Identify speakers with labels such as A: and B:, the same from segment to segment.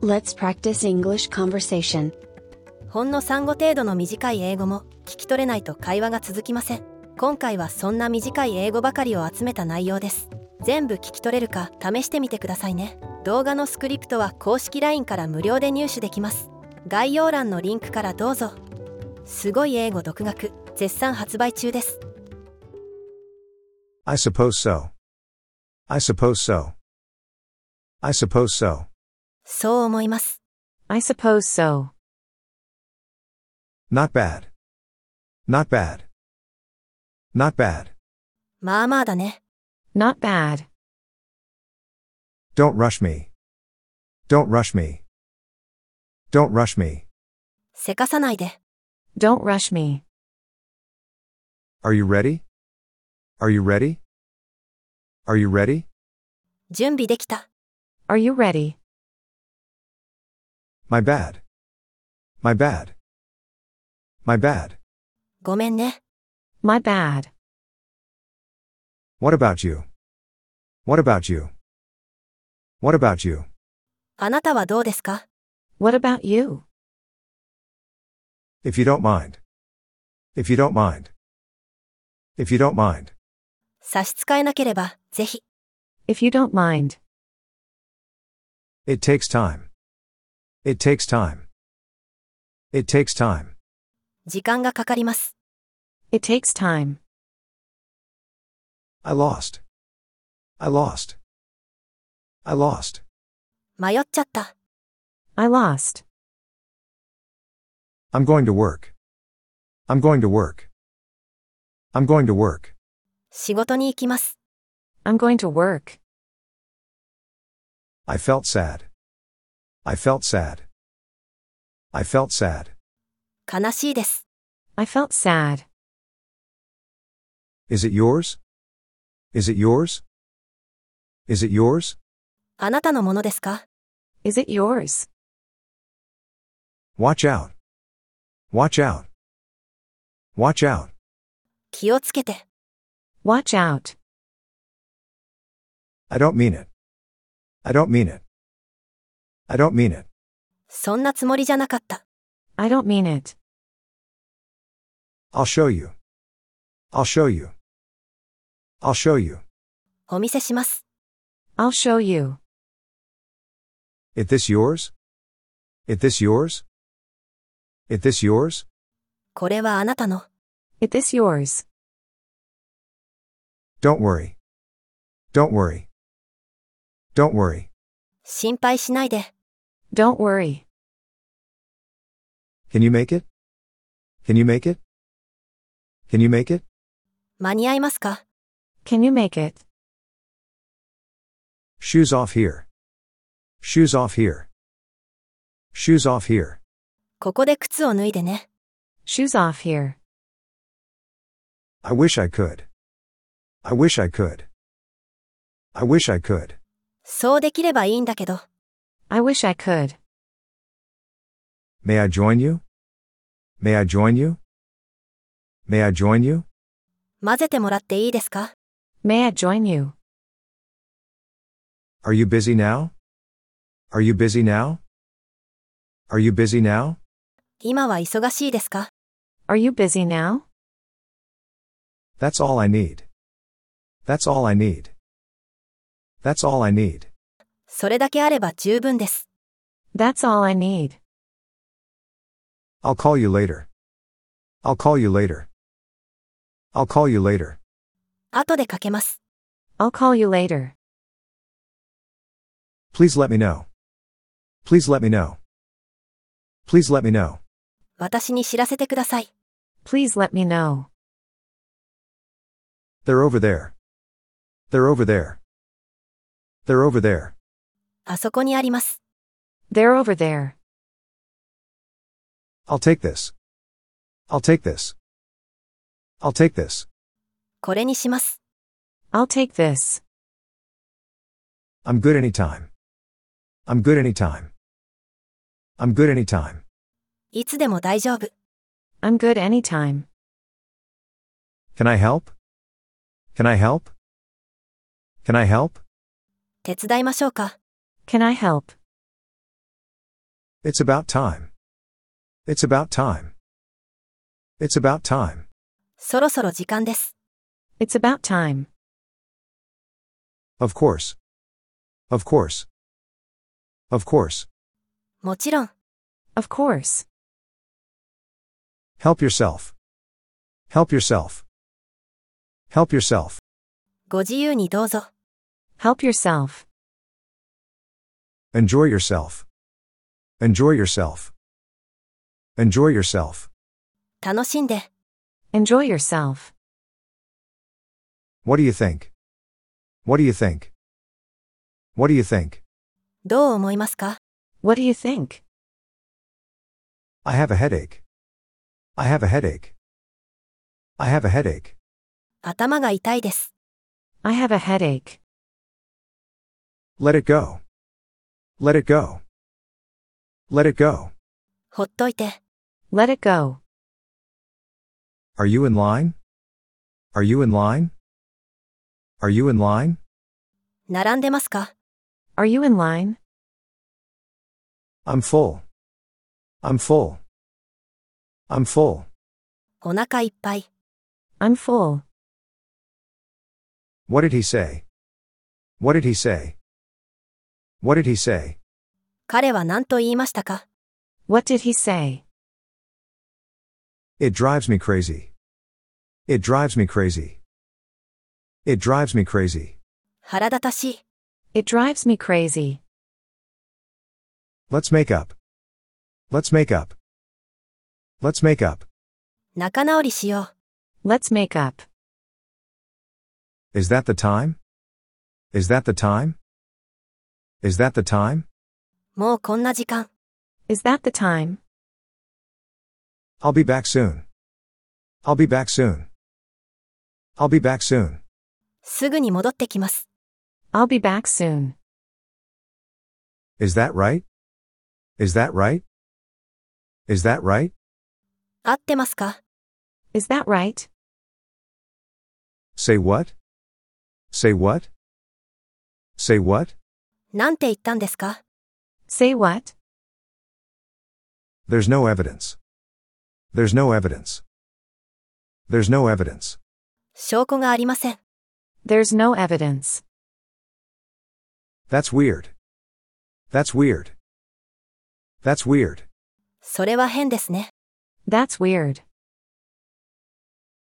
A: Let's practice English conversation.
B: ほんの産後程度の短い英語も聞き取れないと会話が続きません今回はそんな短い英語ばかりを集めた内容です全部聞き取れるか試してみてくださいね動画のスクリプトは公式 LINE から無料で入手できます概要欄のリンクからどうぞすごい英語独学絶賛発売中です
C: I suppose so. I suppose so. I suppose so.
B: そう思います
D: I suppose so.
C: Not bad. Not bad. Not bad.
B: まあまあだね
D: Not bad.
C: Don't rush me. Don't rush me. Don't rush me.
B: せかさないで
D: Don't rush me.
C: Are you ready? Are you ready? Are you ready?
B: 準備できた
D: Are you ready?
C: My bad. My bad. My bad.
B: ごめんね
D: My bad.
C: What about you? What about you? What about you?
B: あなたはどうですか
D: What about you?
C: If you don't mind. If you don't mind. If you don't mind.
B: 差し支えなければぜひ
D: If you don't mind.
C: It takes time. It takes time. It takes time.
B: 時間がかかります
D: It takes time.
C: I lost. I lost. I lost.
B: 迷っちゃった
D: I lost.
C: I'm going to work. I'm going to work. I'm going to work.
B: 仕事に行きます
D: I'm going to work.
C: I felt sad. I felt sad. I felt sad.
B: 悲しいです
D: I felt sad.
C: Is it yours? Is it yours? Is it yours?
B: あなたのものですか
D: Is it yours?
C: Watch out. Watch out. Watch out.
B: 気をつけて
D: Watch out.
C: I don't mean it. I don't mean it. I don't mean it.
B: そんなつもりじゃなかった
D: I don't mean it.
C: I'll show you. I'll show you. I'll show you.
B: お見せします
D: I'll show you.
C: Is this yours? Is this yours? Is this yours?
B: これはあなたの
D: It is yours.
C: Don't worry. Don't worry. Don't worry.
B: 心配しないで
D: Don't worry.
C: Can you make it? Can you make it? Can you make it?
B: 間に合いますか
D: Can you make it?
C: Shoes off here. Shoes off here. Shoes off here.
B: ここで靴を脱いでね
D: Shoes off here.
C: I wish I could. I wish I could. I wish I could.
B: そうできればいいんだけど
D: I wish I could.
C: May I join you? May I join you? May I join you?
B: 混ぜてもらっていいですか
D: May I join you?
C: Are you busy now? Are you busy now? Are you busy now?
B: 今は忙しいですか
D: Are you busy now?
C: That's all I need. That's all I need. That's all I need.
B: それだけあれば十分です
D: That's all I need.
C: I'll call you later. I'll call you later. I'll call you later.
B: 後でかけます
D: I'll call you later.
C: Please let me know. Please let me know. Please let me know.
B: 私に知らせてください
D: Please let me know.
C: They're over there. They're over there. They're over there.
B: あそこにあります
D: They're over there.
C: I'll take this. I'll take this. I'll take this.
B: これにします
D: I'll take this.
C: I'm good anytime. I'm good anytime. I'm good anytime.
B: いつでも大丈夫
D: I'm good anytime.
C: Can I help? Can I help? Can I help?
B: 手伝いましょうか。
D: Can I help?
C: It's about time. It's about time. It's about time.
B: そろそろ時間です。
D: It's about time.
C: Of course. Of course. Of course.
B: もちろん、
D: Of course.
C: Help yourself. Help yourself. Help yourself.
B: ご自由にどうぞ。
D: Help yourself.
C: Enjoy yourself. Enjoy yourself. Enjoy yourself.
B: 楽しんで。
D: Enjoy yourself.
C: What do you think? What do you think? What do you think?
B: どう思いますか
D: What do you think?
C: I have a headache. I have a headache. I have a headache.
B: 頭が痛いです。
D: I have a headache.
C: Let it go. Let it go. Let it go.
B: ほっといて。
D: Let it go.
C: Are you in line? Are you in line? Are you in line?
B: 並んでますか
D: Are you in line?
C: I'm full. I'm full. I'm full.
B: お腹いっぱい。
D: I'm full.
C: What did he say? What did he say? What did he say?
B: 彼は何と言いましたか
D: What did he say?
C: It drives me crazy. It drives me crazy. It drives me crazy.
B: 腹立たしい。
D: It drives me crazy.
C: Let's make up. Let's make up. Let's make up.
B: 仲直りしよう。
D: Let's make up.
C: Is that the time? Is that the time? Is that the time?
B: もうこんな時間。
D: Is that the time?
C: I'll be back soon. I'll be back soon. I'll be back soon.
B: すぐに戻ってきます。
D: I'll be back soon.
C: Is that right? Is that right? Is that right?
B: 合ってますか
D: Is that right?
C: Say what? Say what? Say what?
B: なんて言ったんですか
D: Say what?
C: There's no evidence. There's no evidence. There's no evidence.
B: 証拠がありません。
D: There's no evidence.
C: That's weird. That's weird. That's weird.
B: それは変ですね。
D: That's weird.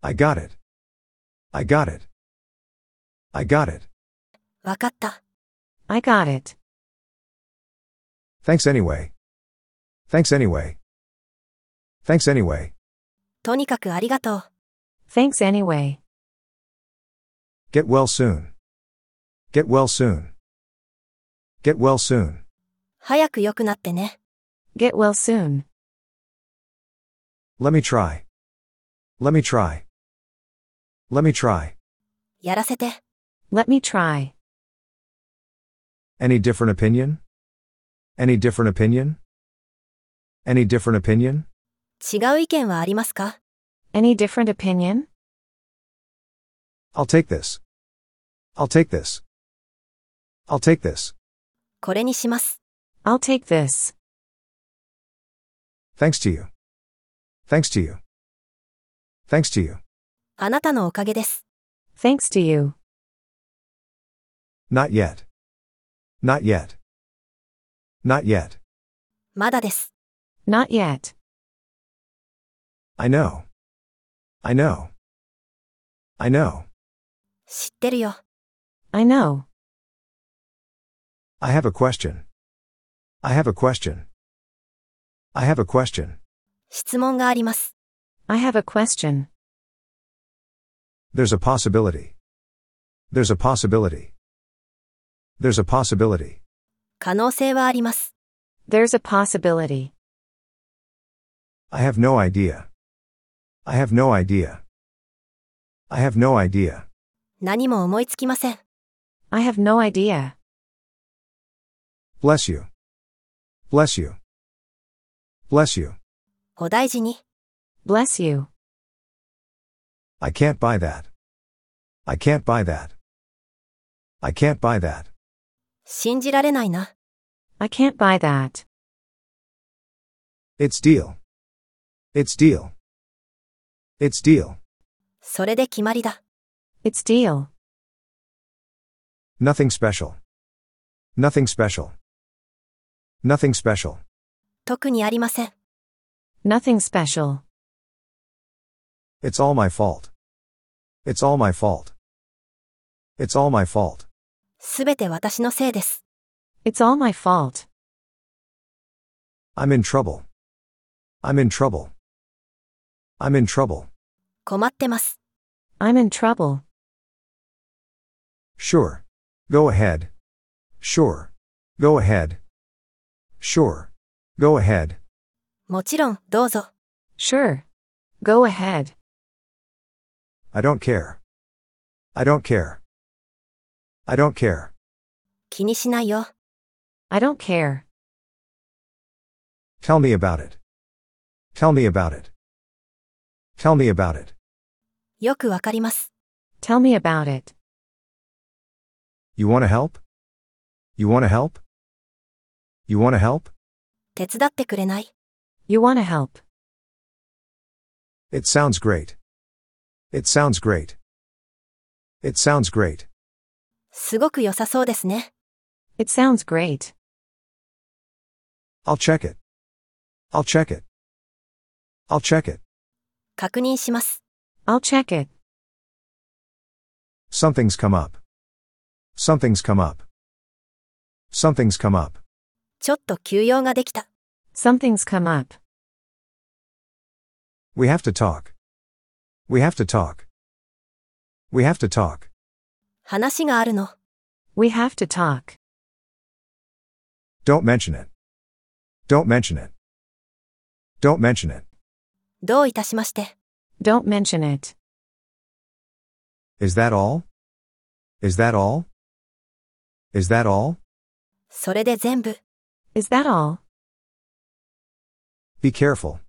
C: I got it. I got it. I got it.
B: わかった。
D: I got it.
C: Thanks anyway. Thanks anyway. Thanks anyway.
B: とにかくありがとう。
D: Thanks anyway.
C: Get well soon. Get well soon. Get well soon.
B: 早く良くなってね。
D: Get well soon.
C: Let me try. Let me try. Let me try.
B: やらせて。
D: Let me try.
C: Any different opinion? Any different opinion? Any different opinion?
B: 違う意見はありますか
D: Any different opinion?
C: I'll take this. I'll take this. I'll take this.
B: これにします。
D: I'll take this.
C: Thanks to you. Thanks to you. Thanks to you.
B: あなたのおかげです。
D: Thanks to you.
C: Not yet. Not yet. Not yet.
B: まだです。
D: Not yet.
C: I know. I know. I know.
B: 知ってるよ。
D: I know.
C: I have a question. I have a question. I have a question.
B: 質問があります。
D: I have a question.
C: There's a possibility. There's a possibility. There's a possibility.
B: 可能性はあります。
D: There's a possibility.
C: I have no idea. I have no idea. I have no idea.
B: 何も思いつきません。
D: I have no idea.
C: Bless you. Bless you. Bless you.
B: お大事に。
D: Bless you.
C: I can't buy that. I can't buy that. I can't buy that.
B: 信じられないな。
D: I can't buy that.
C: It's deal. It's deal. It's deal.
B: それで決まりだ。
D: It's deal.
C: Nothing special. Nothing special. Nothing special.
B: 特にありません。
D: Nothing special.
C: It's all my fault. It's all my fault. It's all my fault.
B: すべて私のせいです。
D: It's all my fault.
C: I'm in trouble. I'm in trouble. I'm in trouble.
B: 困ってます。
D: I'm in trouble.
C: Sure. Go ahead. Sure. Go ahead. Sure. Go ahead.
B: もちろん、どうぞ。
D: Sure. Go ahead.
C: I don't care. I don't care. I don't care.
B: 気にしないよ。
D: I don't care.
C: Tell me about it. Tell me about it. Tell me about it.
B: よくわかります。
D: Tell me about it.
C: You want to help? You want to help? You want to help?
B: 手伝ってくれない。
D: You want to help.
C: It sounds great. It sounds great. It sounds great.
B: すごく良さそうですね。
D: It sounds great.
C: I'll check it. I'll check it. I'll check it.
B: 確認します。
D: I'll check it.
C: Something's come up. Something's come up. Something's come up.
B: ちょっと休養ができた。
D: Something's come up.
C: We have to talk. We have to talk. We have to talk.
B: 話があるの。
D: We have to talk.
C: Don't mention it. Don't mention it. Don't mention it.
B: どういたしまして。
D: Don't mention it.
C: Is that all? Is that all? Is that all?
B: それで全部。
D: Is that all?
C: Be careful.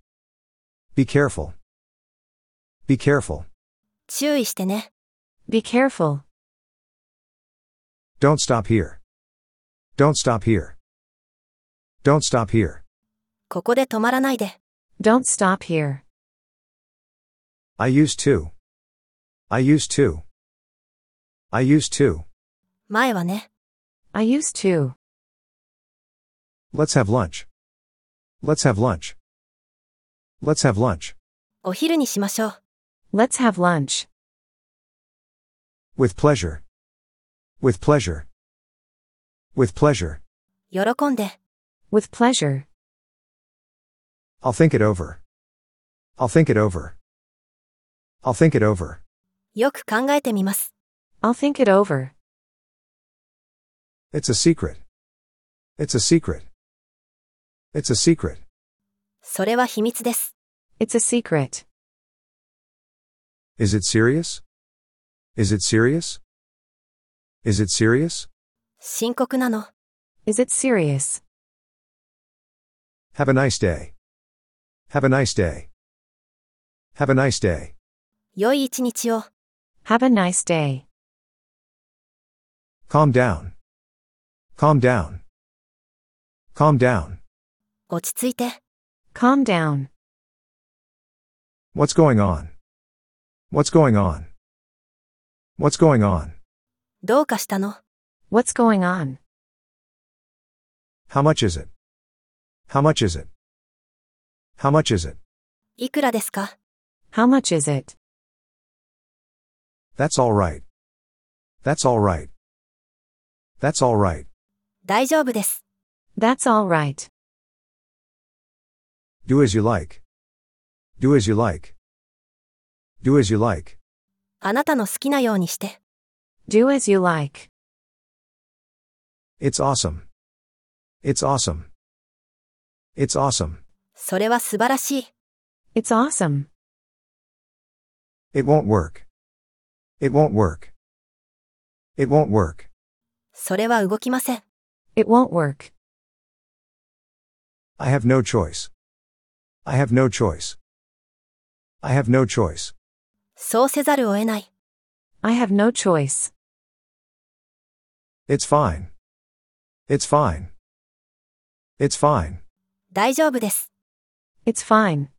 C: Be careful. Be careful.
B: 注意してね。
D: Be careful.
C: Don't stop here. Don't stop here. Don't stop here.
B: ここで止まらないで。
D: Don't stop here.
C: I used to. I used to. I used to.
B: 前はね。
D: I used to.
C: Let's have lunch. Let's have lunch. Let's have lunch.
B: お昼にしましょう。
D: Let's have lunch.
C: With pleasure. With pleasure. With pleasure.
B: 喜んで。
D: With pleasure.
C: I'll think it over. I'll think it over. I'll think it over.
B: よく考えてみます。
D: I'll think it over.
C: It's a secret. It's a secret. It's a secret.
B: それは秘密です。
D: It's a secret.
C: Is it serious? Is it serious? Is it serious?
B: 深刻なの。
D: Is it serious?
C: Have a nice day. Have a nice day. Have a nice day.
B: 良い一日を。
D: Have a nice day.
C: Calm down. Calm down. Calm down.
B: 落ち着いて。
D: Calm down.
C: What's going on? What's going on? What's going on?
B: どうかしたの。
D: What's going on?
C: How much is it? How much is it? How much is it?
B: いくらですか
D: How much is it?
C: That's all right. That's all right. That's all right.
B: 大丈夫です。
D: That's all right.
C: Do as you like. Do as you like. Do as you like.
B: あなたの好きなようにして。
D: Do as you like.
C: It's awesome. It's awesome. It's awesome.
B: それは素晴らしい。
D: It's awesome.
C: It won't work. It won't work. It won't work.
B: それは動きません。
D: It won't work.
C: I have no choice. I have no choice. I have no choice.
B: そうせざるを得ない。
D: I have no choice.
C: It's fine. It's fine. It's fine.
B: 大丈夫です。
D: It's fine.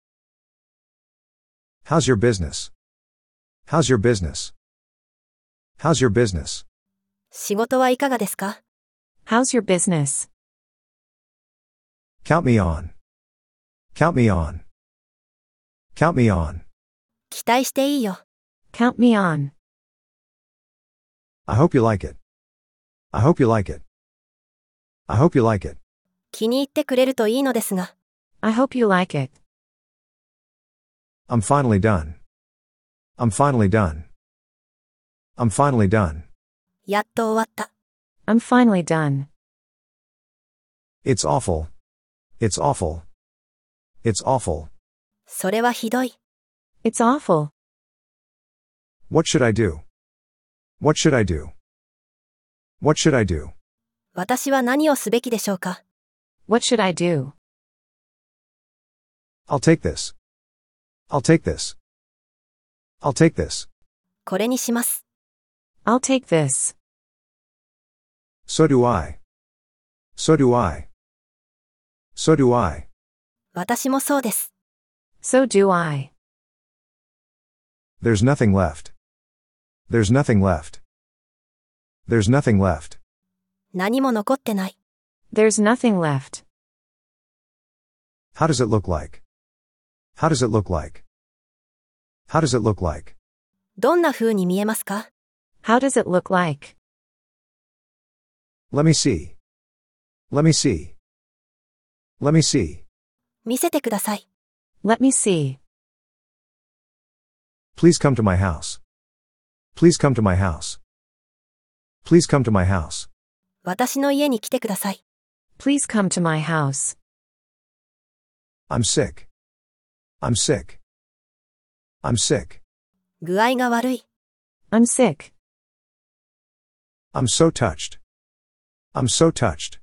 C: How's your business? How's your business? How's your business?
B: 仕事はいかがですか
D: How's your business?
C: Count me on. Count me on. Count me on.
B: 期待していいよ。
D: Count me on.
C: I hope you like it. I hope you like it. I hope you like it.
B: 気に入ってくれるといいのですが。
D: I hope you like it.
C: I'm finally done. I'm finally done. I'm finally done.
B: やっと終わった。
D: I'm finally done.
C: It's awful. It's awful. It's awful.
B: それはひどい。
D: It's awful.
C: What should I do? What should I do? What should I do?
B: 私は何をすべきでしょうか
D: What should I do?
C: I'll take this. I'll take this. I'll take this.
B: これにします。
D: I'll take this.
C: So do I. So do I. So do I.
B: 私もそうです。
D: So do I.
C: There's nothing left. There's nothing left. There's nothing left.
B: 何も残ってない。
D: There's nothing left.
C: How does it look like? How does it look like? How does it look like?
B: どんな風に見えますか
D: How does it look like?
C: Let me see. Let me see. Let me see.
B: 見せてください。
D: Let me see.
C: Please come to my house. Please come to my house. Please come to my house.
B: 私の家に来てください。
D: Please come to my house.
C: I'm sick. I'm sick. I'm sick.
B: 具合が悪い。
D: I'm sick.
C: I'm so touched. I'm so touched.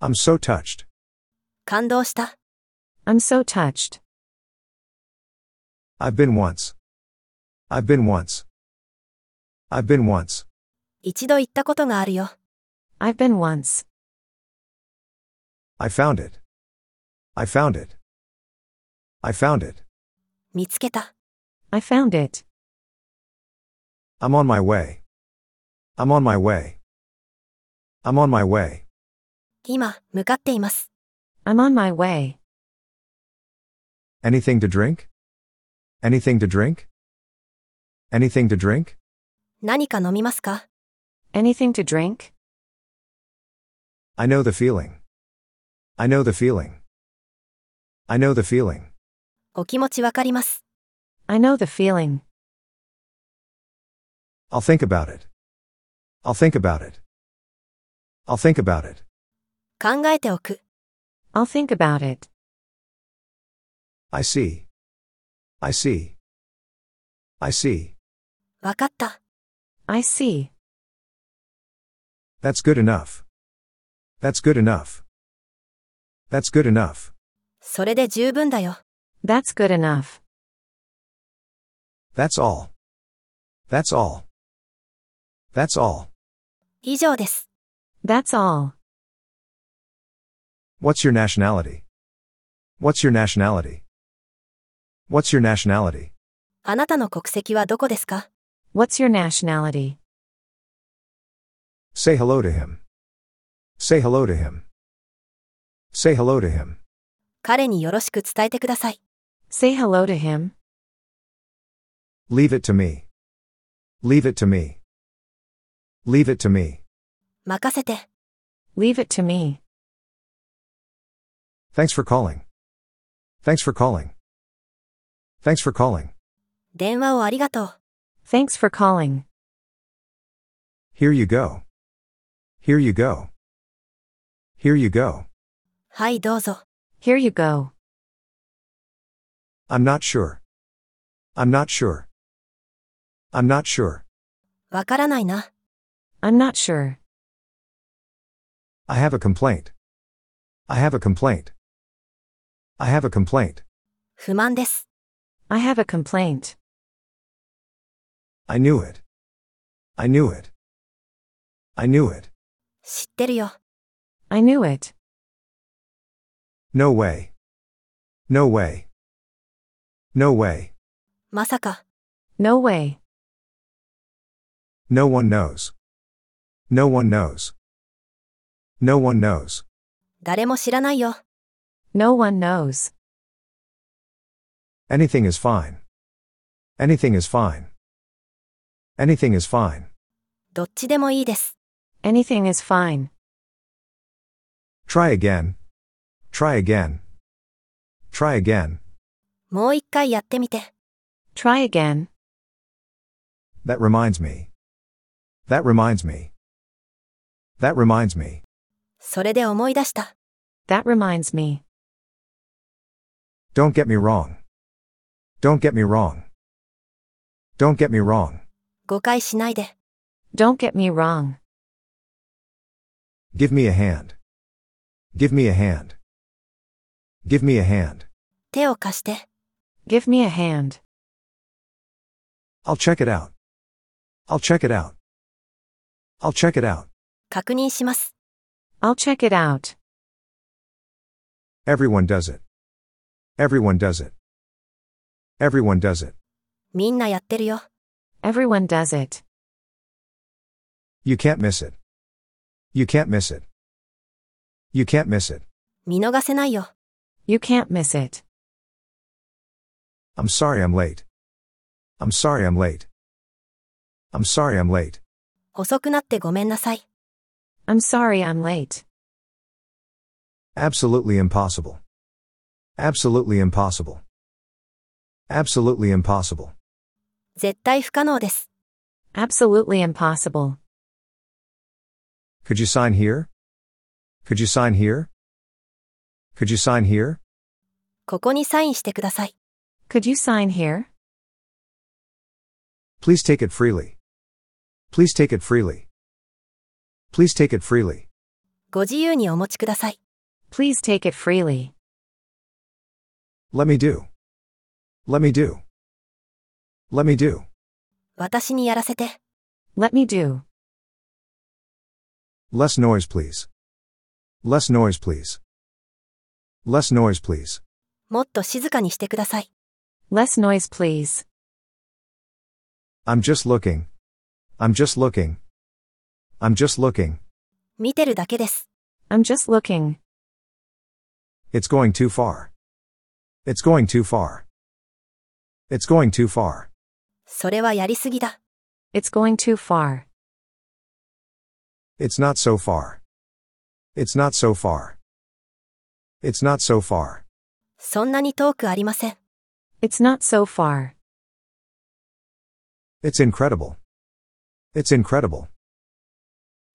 C: I'm so touched.
B: 感動した。
D: I'm so touched.
C: I've been once. I've been once. I've been once.
B: 一度言ったことがあるよ。
D: I've been once.
C: I found it. I found it. I found it.
B: 見つけた。
D: I found it.
C: I'm on my way. I'm on my way. I'm on my way.
B: 今、向かっています。
D: I'm on my way.
C: Anything to drink? Anything to drink? Anything to drink?
B: 何か飲みますか
D: Anything to drink?
C: I know the feeling. I know the feeling. I know the feeling.
B: お気持ちわかります。
D: I know the feeling.
C: I'll think about it. I'll think about it. I'll think about it.
B: 考えておく。
D: I'll think about it.
C: I see. I see. I see.
B: わかった。
D: I see.
C: That's good enough. That's good enough. That's good enough.
B: それで十分だよ。
D: That's good enough.
C: That's all. That's all. That's all.
B: 以上です。
D: That's all.
C: What's your nationality? What's your nationality? What's your nationality?
B: あなたの国籍はどこですか
D: What's your nationality?
C: Say hello to him. Say hello to him. Say hello to him.
B: 彼によろしく伝えてください。
D: Say hello to him.
C: Leave it to me. Leave it to me. Leave it to me.
B: 任せて。
D: Leave it to me.
C: Thanks for calling. Thanks for calling. Thanks for calling.
B: 電話をありがとう。
D: Thanks for calling.
C: Here you go. Here you go. Here you go.
B: はい、どうぞ。
D: Here you go.
C: I'm not sure. I'm not sure. I'm not sure.
B: わからないな。
D: I'm not sure.
C: I have a complaint. I have a complaint. I have a complaint.
B: 不満です。
D: I have a complaint.
C: I knew it. I knew it. I knew it.
B: 知ってるよ。
D: I knew it.
C: No way. No way. No way.
B: まさか、
D: No way.
C: No one knows. No one knows. No one knows.
B: 誰も知らないよ。
D: No one knows.
C: Anything is fine. Anything is fine. Anything is fine.
B: どっちでもいいです。
D: Anything is fine.
C: Try again. Try again. Try again.
B: もう一回やってみて。
D: Try again.
C: That reminds me. That reminds me. That reminds me.
B: それで思い出した。
D: That reminds me.
C: Don't get me wrong. Don't get me wrong. Don't get me wrong.
B: 誤解しないで。
D: Don't get me wrong.
C: Give me a hand. Give me a hand. Give me a hand.
B: 手を貸して。
D: Give me a hand.
C: I'll check it out. I'll check it out. I'll check it out.
B: 確認します。
D: I'll check it out.
C: Everyone does it. Everyone does it. Everyone does it.
B: みんなやってるよ。
D: Everyone does it.
C: You can't miss it. You can't miss it. You can't miss it.
B: 見逃せないよ。
D: You can't miss it.
C: I'm sorry I'm late. I'm sorry I'm late. I'm sorry I'm late.
B: 遅くなってごめんなさい。
D: I'm sorry I'm late.
C: Absolutely impossible. Absolutely impossible. Absolutely impossible.
B: 絶対不可能です。
D: Absolutely impossible.
C: Could you sign here? Could you sign here? Could you sign here?
B: ここにサインしてください。
D: Could you sign here?
C: Please take it freely. Please take it freely. Please take it freely.
B: ご自由にお持ちください。
D: Please take it freely.
C: Let me do. Let me do. Let me do.
B: 私にやらせて。
D: Let me do.
C: Less noise, please. Less noise, please. Less noise, please.
B: もっと静かにしてください。
D: Less noise, please.
C: I'm just looking. I'm just looking. I'm just looking.
B: 見てるだけです。
D: I'm just looking.
C: It's going too far. It's going too far. It's going too far.
B: それはやりすぎだ。
D: It's going too far.
C: It's not so far. It's not so far. It's not so far.
B: そんなに遠くありません。
D: It's not so far.
C: It's incredible. It's incredible.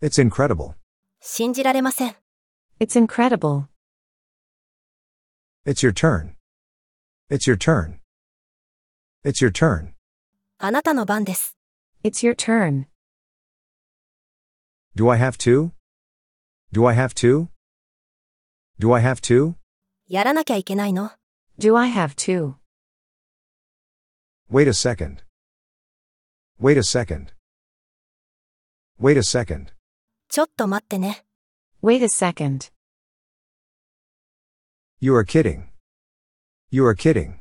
C: It's incredible.
B: 信じられません。
D: It's incredible.
C: It's your turn. It's your turn. It's your turn.
B: あなたの番です。
D: It's your turn.
C: Do I have to? Do I have to? Do I have to?
B: やらなきゃいけないの
D: Do I have to?
C: Wait a second. Wait a second. Wait a second.
B: ちょっと待ってね。
D: Wait a second.
C: You are kidding. You are kidding.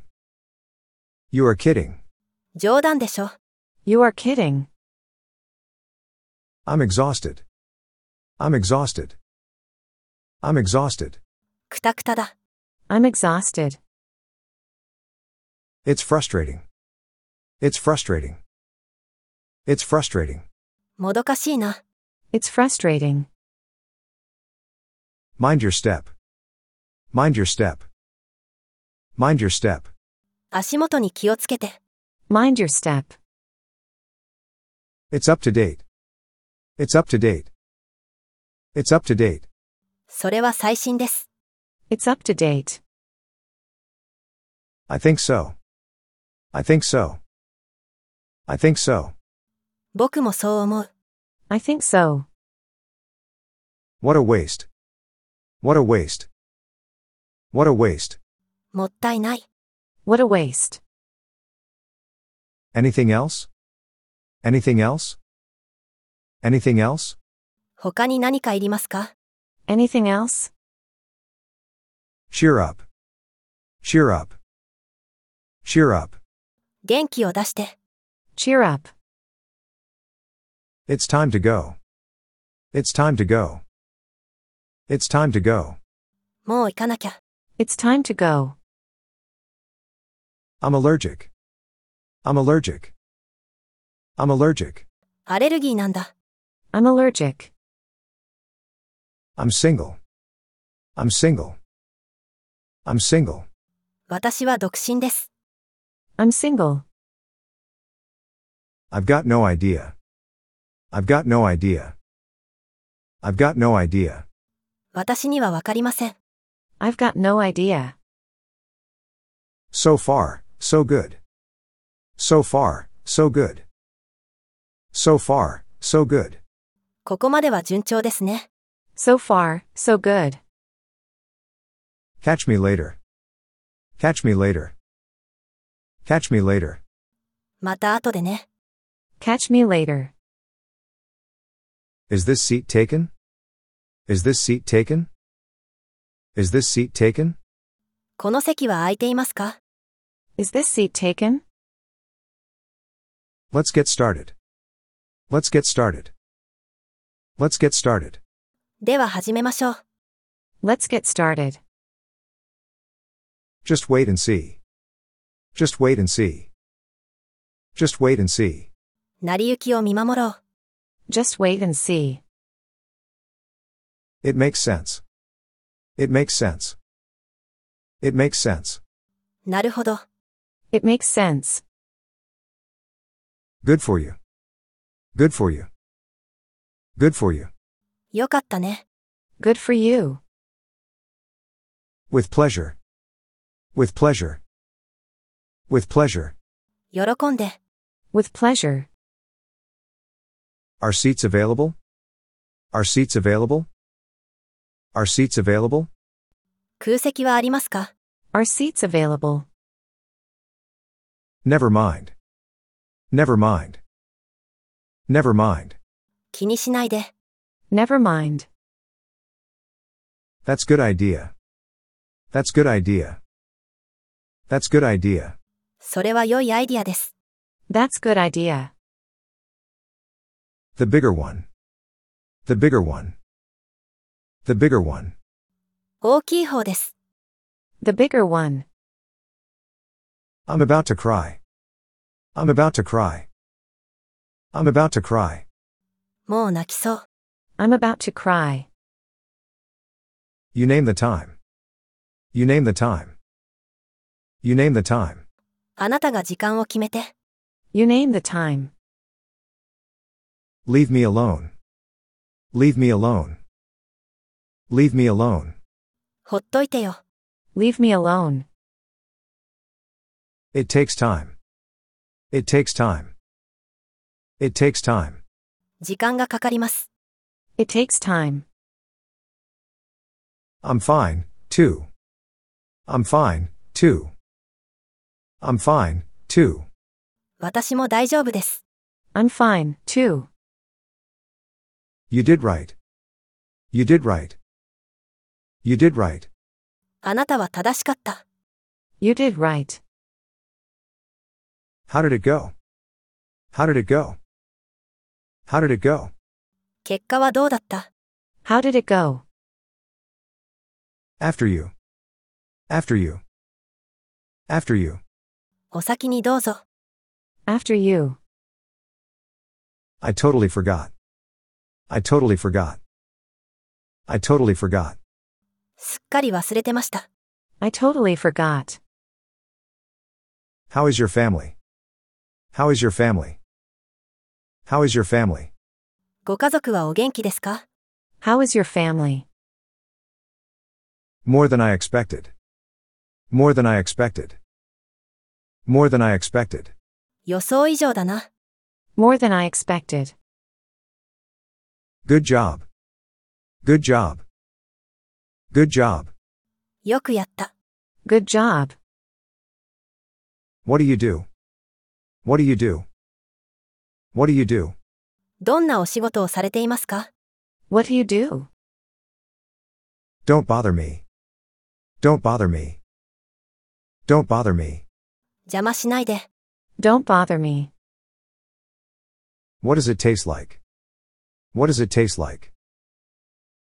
C: You are kidding.
B: 冗談でしょ。
D: You are kidding.
C: I'm exhausted. I'm exhausted. I'm exhausted.
B: くたくただ。
D: I'm exhausted.
C: It's frustrating. It's frustrating. It's frustrating.
B: もどかしいな。
D: It's frustrating.
C: Mind your step. Mind your step. Mind your step.
B: 足元に気をつけて。
D: Mind your step.
C: It's up to date. It's up to date. It's up to date.
B: それは最新です。
D: It's up to date.
C: I think so. I think so. I think so.
B: 僕もそう思う。
D: I think so.
C: What a waste. What a waste. What a waste.
B: もったいない。
D: What a waste.
C: Anything else? Anything else? Anything else?
B: 他に何かいりますか
D: Anything else?
C: Cheer up. Cheer up. Cheer up.
B: 元気を出して、
D: Cheer up.
C: It's time to go. It's time to go. It's time to go.
B: もう行かなきゃ、
D: It's time to go.
C: I'm allergic. I'm allergic. I'm allergic.
B: アレルギーなんだ、
D: I'm allergic.
C: I'm single. I'm single. I'm single.
B: 私は独身です。
D: I'm single.
C: I've got no idea. I've got no idea. I've got no idea.
B: 私にはわかりません。
D: I've got no idea.
C: So far, so good. So far, so good. So far, so good.
B: ここまでは順調ですね。
D: So far, so good.
C: Catch me later. Catch me later. Catch me later.
B: また後でね。
D: Catch me later.
C: Is this seat taken? Is this seat taken? Is this seat taken?
B: この席は空いていますか
D: Is this seat taken?
C: Let's get started. Let's get started. Let's get started.
B: では始めましょう。
D: Let's get started.
C: Just wait and see. Just wait and see. Just wait and see.
B: 成り行きを見守ろう。
D: Just wait and see.
C: It makes sense. It makes sense. It makes sense.
B: なるほど。
D: It makes sense.
C: Good for you. Good for you. Good for you.
B: よかったね。
D: Good for you.
C: With pleasure. With pleasure. With pleasure.
B: 喜んで。
D: With pleasure.
C: Are seats available? Are seats available? Are seats available?
B: 空席はありますか
D: Are seats available?
C: Never mind. Never mind. Never mind.
B: 気にしないで。
D: Never mind.
C: That's good idea. That's good idea. That's good idea.
B: それは良いアイディアです。
D: That's good idea.
C: The bigger one. The bigger one. The bigger one.
B: 大きい方です。
D: The bigger one.
C: I'm about to cry. I'm about to cry. I'm about to cry.
B: もう泣きそう。
D: I'm about to cry.
C: You name the time. You name the time. You name the time.
B: あなたが時間を決めて。
D: You name the time.
C: Leave me alone. Leave me alone. Leave me alone.
B: ほっといてよ。
D: Leave me alone.
C: It takes time. It takes time. It takes time.
B: 時間がかかります。
D: It takes time.
C: I'm fine, too. I'm fine, too. I'm fine, too.
B: 私も大丈夫です。
D: I'm fine, too.
C: You did right. You did right. You did right.
B: あなたは正しかった。
D: You did right.
C: How did it go? How did it go? How did it go?
B: 結果はどうだった
D: How did it go?
C: After you. After you. After you.
B: お先にどうぞ。
D: After you.
C: I totally forgot. I totally forgot. I totally forgot.
B: すっかり忘れてました。
D: I totally forgot.
C: How is your family? How is your family? How is your family?
B: ご家族はお元気ですか
D: How is your family?
C: More than I expected. More than I expected. More than I expected.
B: 予想以上だな。
D: More than I expected.
C: Good job. Good job. Good job.
B: よくやった。
D: Good job.
C: What do you do? What do you do? What do you do?
B: どんなお仕事をされていますか
D: What do you do?
C: Don't bother me. Don't bother me. Don't bother me.
B: 邪魔しないで。
D: Don't bother me.
C: What does it taste like? What does it taste like?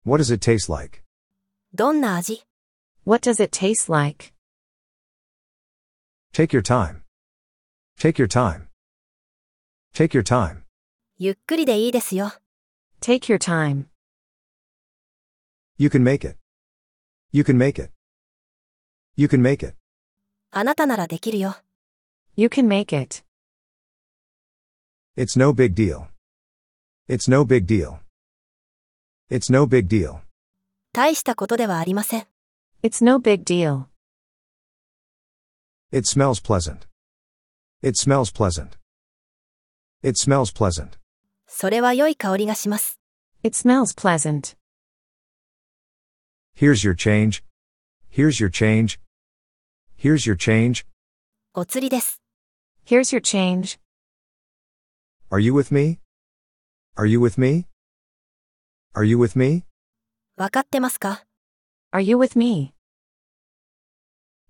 C: What does it taste like?
B: どんな味
D: What does it taste like?
C: Take your time. Take your time. Take your time.
B: ゆっくりでいいですよ。
D: Take your time.
C: You can make it. You can make it. You can make it.
B: あなたならできるよ。
D: You can make it.
C: It's no big deal. It's no big deal. It's no big deal.
B: 大したことではありません。
D: It's no big deal.
C: It smells pleasant. It smells pleasant. It smells pleasant.
B: それは良い香りがします。
D: It smells pleasant.
C: Here's your change. Here's your change. Here's your change.
B: お釣りです。
D: Here's your change.
C: Are you with me? Are you with me? Are you with me?
B: わかってますか
D: Are you with me?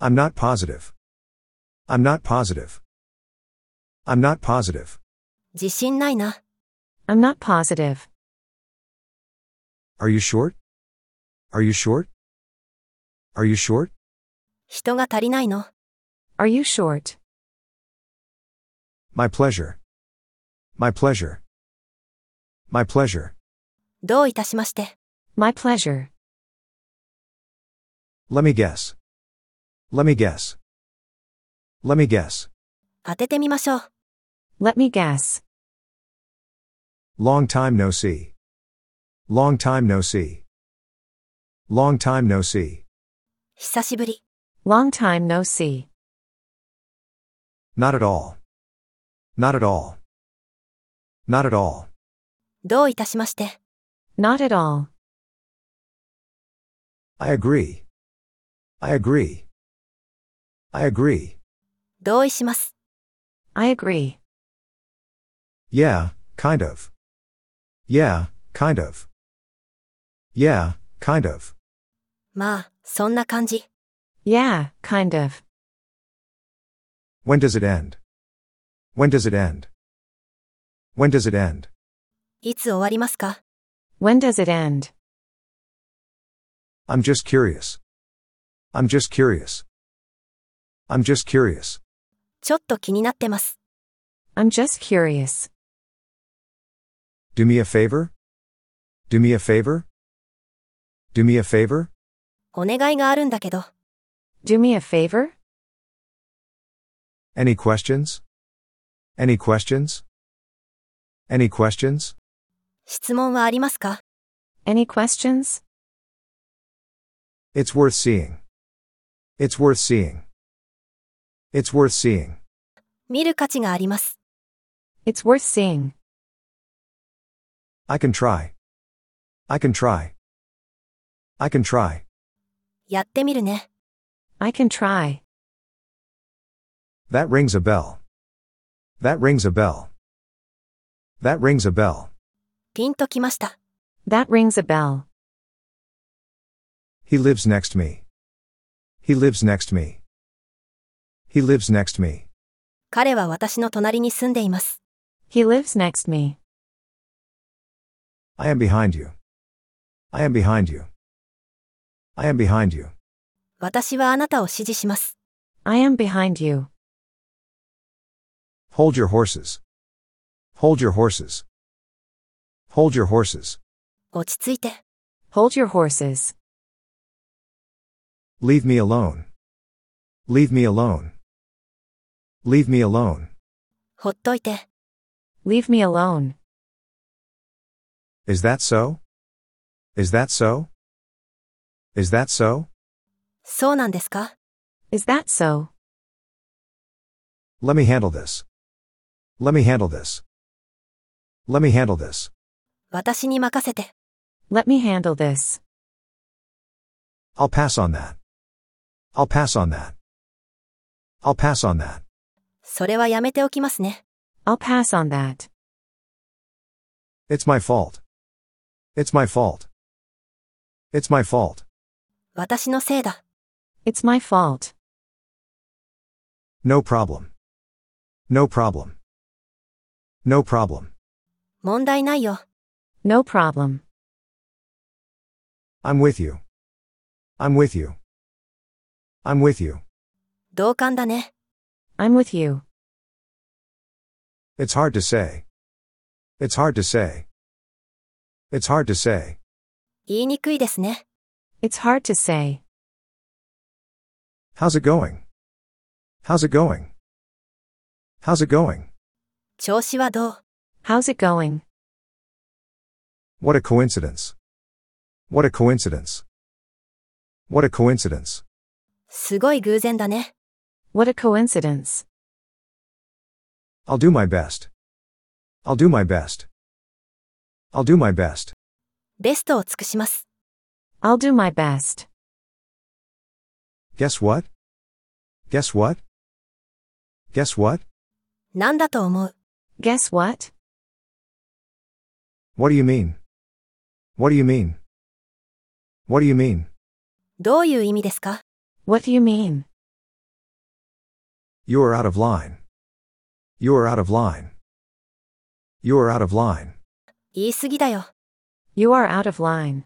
C: I'm not positive. I'm not positive. I'm not positive.
B: 自信ないな。
D: I'm not positive.
C: Are you short? Are you short? Are you short?
B: 人が足りないの。
D: Are you short?
C: My pleasure. My pleasure. My pleasure.
B: どういたしまして。
D: My pleasure.
C: Let me guess. Let me guess. Let me guess.
B: 当ててみましょう。
D: Let me guess.
C: Long time no see. Long time no see. Long time no see.
B: 久しぶり。
D: Long time no see.
C: Not at all. Not at all. Not at all.
B: どういたしまして。
D: Not at all.
C: I agree. I agree. I agree.
B: 同意します。
D: I agree.
C: Yeah, kind of. Yeah, kind of. Yeah, kind of.
B: まあ、そんな感じ。
D: Yeah, kind of.
C: When does it end? When does it end? When does it end?
B: いつ終わりますか
D: When does it end?
C: I'm just curious. I'm just curious. I'm just curious.
B: ちょっと気になってます。
D: I'm just curious.
C: Do me a favor? Do me a favor? Do me a favor?
B: お願いがあるんだけど。
D: Do me a favor?
C: Any questions? Any questions? Any questions?
B: 質問はありますか
D: Any questions?
C: It's worth seeing. It's worth seeing. It's worth seeing.
B: 見る価値があります。
D: It's worth seeing.
C: I can try. I can try. I can try.
B: やってみるね。
D: I can try.
C: That rings a bell. That rings a bell. That rings a bell.
B: ピンときました。
D: That rings a bell.
C: He lives next to me. He lives next to me. He lives next to me.
B: 彼は私の隣に住んでいます。
D: He lives next me.
C: I am behind you. I am behind you. I am behind you.
B: 私はあなたを支持します。
D: I am behind you.
C: Hold your horses. Hold your horses. Hold your horses.
B: 落ち着いて。
D: Hold your horses.
C: Leave me alone. Leave me alone. Leave me alone.
B: ほっといて。
D: Leave me alone.
C: Is that so? Is that so? Is that so?
B: そうなんですか
D: Is that so?
C: Let me handle this. Let me handle this. Let me handle this.
B: 私に任せて。
D: Let me handle this.
C: I'll pass on that. I'll pass on that. I'll pass on that.
B: それはやめておきますね。
D: I'll pass on that.
C: It's my fault. It's my fault. It's my fault.
B: 私のせいだ。
D: It's my fault.
C: No problem. No problem. No problem.
B: 問題ないよ。
D: No problem.
C: I'm with you. I'm with you. I'm with you.
B: 同感だね。
D: I'm with you.
C: It's hard to say. It's hard to say. It's hard to say.
B: 言いにくいですね。
D: It's hard to say.
C: How's it going? How's it going? How's it going?
B: 調子はどう
D: How's it going?
C: What a coincidence. What a coincidence. What a coincidence.
B: すごい偶然だね。
D: What a coincidence.
C: I'll do my best. I'll do my best. I'll do my best.
B: ベストを尽くします。
D: I'll do my best.
C: Guess what? Guess what? Guess what?
B: なんだと思う
D: Guess what?
C: What do you mean? What do you mean? What do you mean?
B: どういう意味ですか
D: What do you mean?
C: You are out of line. You are out of line. You are out of line.
B: 言い過ぎだよ。
D: You are out of line.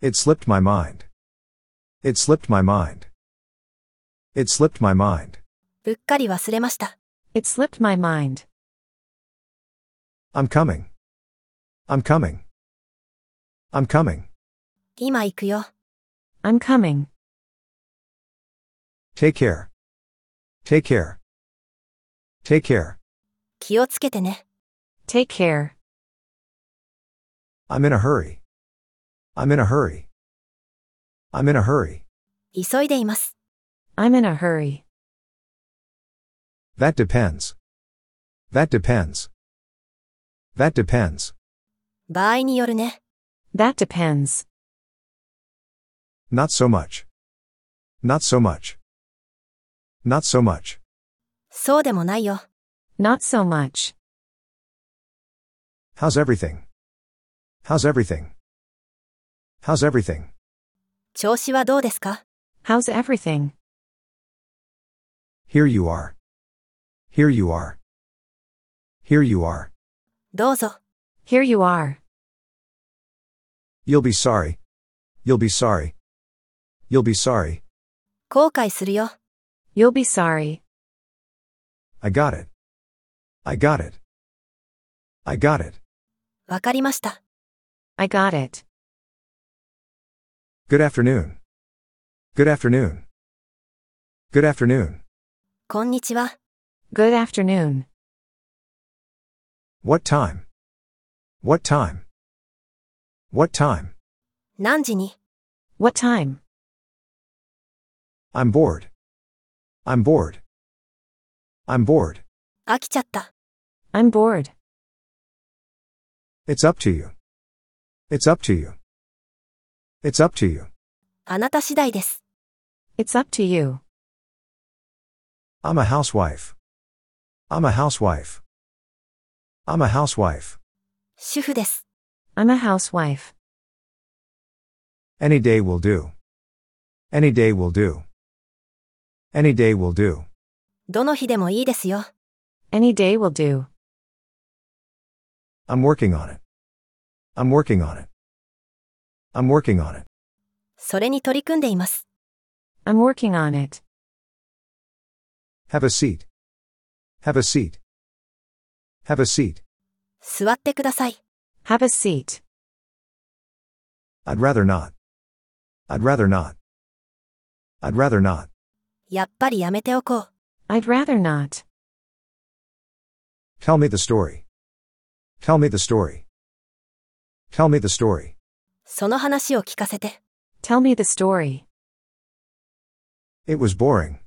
C: It slipped my mind. It slipped my mind. It slipped my mind.
B: うっかり忘れました。
D: It slipped my mind.
C: I'm coming. I'm coming. I'm coming.
B: 今行くよ。
D: I'm coming.
C: Take care. Take care. Take care.
B: 気をつけてね。
D: Take care.
C: I'm in a hurry. I'm in a hurry. I'm in a hurry.
B: 急いでいます。
D: I'm in a hurry.
C: That depends. That depends. That depends.
B: 場合によるね。
D: That depends.
C: Not so much. Not so much. Not so much.
B: そうでもないよ。
D: Not so much.
C: How's everything? How's everything? How's everything?
B: 調子はどうですか
D: How's everything?
C: Here you are. Here you are. Here you are.
B: どうぞ。
D: Here you are.
C: You'll be sorry. You'll be sorry. You'll be sorry.
B: 後悔するよ。
D: You'll be sorry.
C: I got it. I got it. I got it.
B: わかりました。
D: I got it.
C: Good afternoon. Good afternoon. Good afternoon.
B: こんにちは。
D: Good afternoon.
C: What time? What time? What time?
B: 何時に
D: What time?
C: I'm bored. I'm bored. I'm bored.
B: 飽きちゃった。
D: I'm bored.
C: It's up to you. It's up to you. It's up to you.
B: あなた次第です。
D: It's up to you.
C: I'm a housewife. I'm a housewife. I'm a housewife.
B: 主婦です。
D: I'm a housewife.
C: Any day will do. Any day will do. Any day will do.
B: どの日でもいいですよ。
D: Any day will do.
C: I'm working on it. I'm working on it. I'm working on it.
B: それに取り組んでいます。
D: I'm working on it.
C: Have a seat. Have a seat. Have a seat.
B: 座ってください。
D: Have a seat.
C: I'd rather not. I'd rather not. I'd rather not.
B: やっぱりやめておこう。
D: I'd rather not.
C: Tell me the story. Tell me the story. Tell me the story.
B: その話を聞かせて。
D: Tell me the story.
C: It was boring.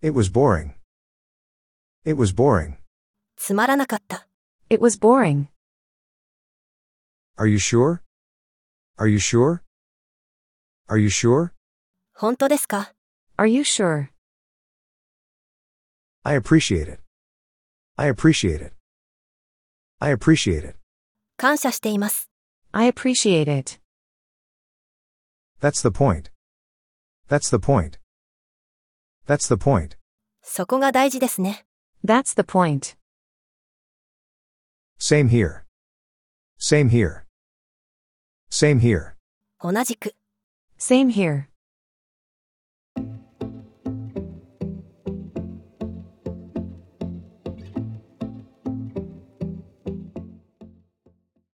C: It was boring. It was boring.
B: つまらなかった。
D: It was boring.
C: Are you sure? Are you sure? Are you sure?
B: 本当ですか
D: Are you sure?
C: I appreciate it. I appreciate it. I appreciate it.
B: 感謝しています。
D: I appreciate it.
C: That's the point. That's the point. That's the point.
B: そこが大事ですね。
D: That's the point.
C: Same here. Same here. Same here.
B: 同じく。
D: Same here.